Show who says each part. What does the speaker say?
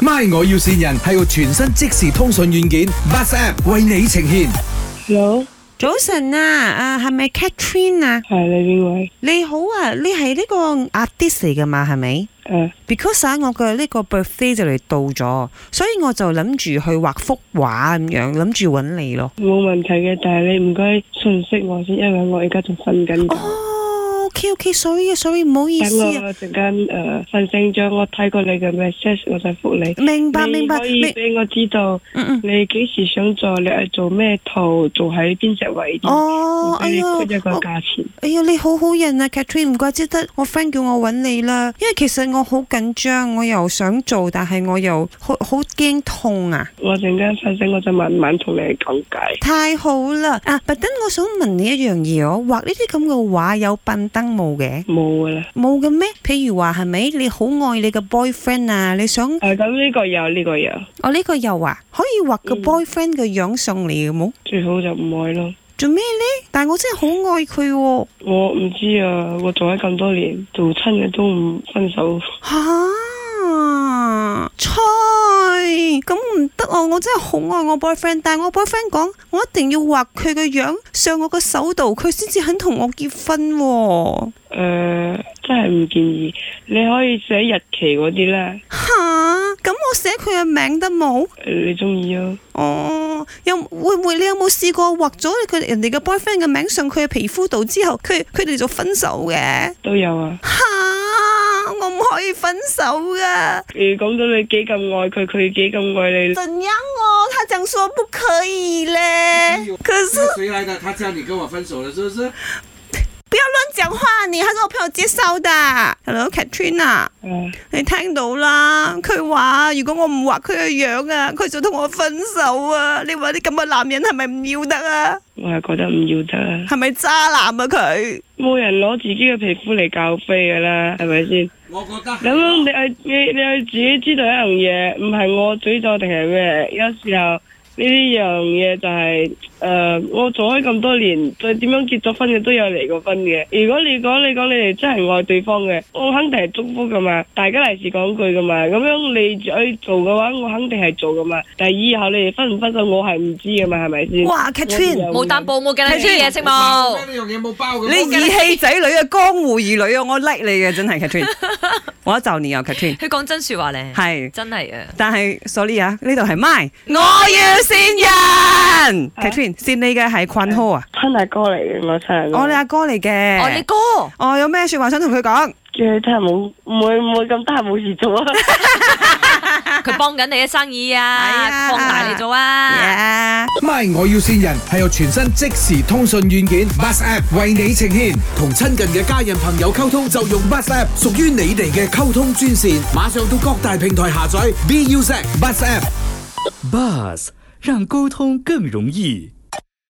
Speaker 1: My 我要線人係個全新即時通訊軟件 Bus App 為你呈現。
Speaker 2: 有
Speaker 3: 早晨啊，啊係咪 Catherine 啊？
Speaker 2: 係你邊位？
Speaker 3: 你好啊，你係呢個 artist 嚟噶嘛？係咪
Speaker 2: 誒
Speaker 3: ？Because 啊我嘅呢個 birthday 就嚟到咗，所以我就諗住去畫幅畫咁樣，諗住揾你咯。
Speaker 2: 冇問題嘅，但係你唔該信息我先，因為我而家仲瞓緊覺。
Speaker 3: 哦，OK OK，sorry 啊，sorry，唔好意
Speaker 2: 等
Speaker 3: 思啊，
Speaker 2: 我陣間誒瞓醒咗，我睇過你嘅 message，我就覆你。
Speaker 3: 明白明白，
Speaker 2: 你可以
Speaker 3: 明
Speaker 2: 俾我知道
Speaker 3: 嗯嗯。
Speaker 2: 你幾時想做，你係做咩圖，做喺邊隻位置，
Speaker 3: 哦，哎
Speaker 2: 俾嗯你
Speaker 3: 呀，
Speaker 2: 出一個
Speaker 3: 我
Speaker 2: 價錢。
Speaker 3: 哎呀，你好好人啊，Catherine，唔怪之得我 friend 叫我揾你啦。因為其實我好緊張，我又想做，但係我又好好驚痛啊。
Speaker 2: 我陣間瞓醒我就慢慢同你講解。
Speaker 3: 太好啦！啊，特登我想問你一樣嘢哦，畫呢啲咁嘅畫有笨燈冇嘅？
Speaker 2: 冇噶啦，
Speaker 3: 冇嘅咩？譬如話係咪你好愛你嘅 boyfriend 啊？你想
Speaker 2: 誒咁呢個有呢個有，
Speaker 3: 我呢個又話可以畫個
Speaker 2: 嗯
Speaker 3: boyfriend 嘅樣上嚟嘅冇？
Speaker 2: 最好就唔愛咯。
Speaker 3: 做咩呢？但我真係好愛佢喎、
Speaker 2: 我唔知啊，我做咗咁多年，做親嘅都唔分手。
Speaker 3: 吓、菜咁唔得哦！我真係好愛我 boyfriend，但係我 boyfriend 講我一定要畫佢嘅樣上我個手度，佢先至肯同我結婚喎、
Speaker 2: 誒、呃真係唔建議。你可以寫日期嗰啲咧，
Speaker 3: 吓，咁我寫佢嘅名得冇？
Speaker 2: 誒你中意啊？
Speaker 3: 哦，有會唔會你有冇試過畫咗佢人哋嘅 boyfriend 嘅名上佢嘅皮膚度之後，佢佢哋就分手嘅？
Speaker 2: 都有啊。
Speaker 3: 吓，我唔可以分手噶。
Speaker 2: 你講到你幾咁愛佢，佢幾咁愛你，
Speaker 3: 怎樣哦？他講說不可以嘞，可是
Speaker 1: 誰來的？他叫你跟我分手了，是不是？
Speaker 3: 不要亂講話你，他是我朋友介紹的。Hello，Katrina。
Speaker 2: 誒、
Speaker 3: 你聽到啦，佢話如果我唔畫佢嘅樣啊，佢就同我分手啊！你話啲咁嘅男人係咪唔要得啊？
Speaker 2: 我係覺得唔要得啊！
Speaker 3: 係咪渣男啊佢？
Speaker 2: 冇人攞自己嘅皮膚嚟教飛噶啦，係咪先？
Speaker 1: 我覺得
Speaker 2: 咁樣你係你你係自己知道一樣嘢，唔係我詛咒定係咩？有時候呢啲樣嘢就係、誒、呃我做咗咁多年，再點樣結咗婚嘅都有離過婚嘅。如果你講你講你哋真係愛對方嘅，我肯定係祝福噶嘛，大家嚟時講句噶嘛。咁樣你去做嘅話，我肯定係做噶嘛。但係以後你哋分唔分手，我係唔知噶嘛，係咪先？嗯
Speaker 3: 哇，Catherine，
Speaker 2: 我
Speaker 4: 冇擔保，冇嘅呢啲嘢，識冇？
Speaker 1: 呢樣嘢冇包嘅。
Speaker 3: 你義氣仔女啊，江湖兒女啊，我叻你嘅真係 Catherine，我就你啊 Catherine，
Speaker 4: 佢講真説話咧，
Speaker 3: 係。
Speaker 4: 真係嘅。
Speaker 3: 但係 sorry 啊，呢度係 my，我要啊善人。Catherine 善你嘅係坤浩啊，
Speaker 2: 親阿哥嚟嘅，我親阿哥。
Speaker 3: 我你阿哥嚟
Speaker 4: 哦，你
Speaker 3: 嘅。
Speaker 4: 哥，
Speaker 3: 啊我有咩說話想同佢講？
Speaker 2: 叫佢真係冇，唔會唔會咁得閒冇事做啊！
Speaker 4: 佢幫緊你嘅生意
Speaker 3: 係啊
Speaker 4: 啊，擴大你做
Speaker 3: Yeah
Speaker 4: 啊。
Speaker 1: My 我要線人係由全新即時通訊軟件 Bus App 為你呈現，同親近嘅家人朋友溝通就用 Bus App，屬於你哋嘅溝通專線。馬上到各大平台下載 BUZ Bus App。
Speaker 5: Buzz 让沟通更容易。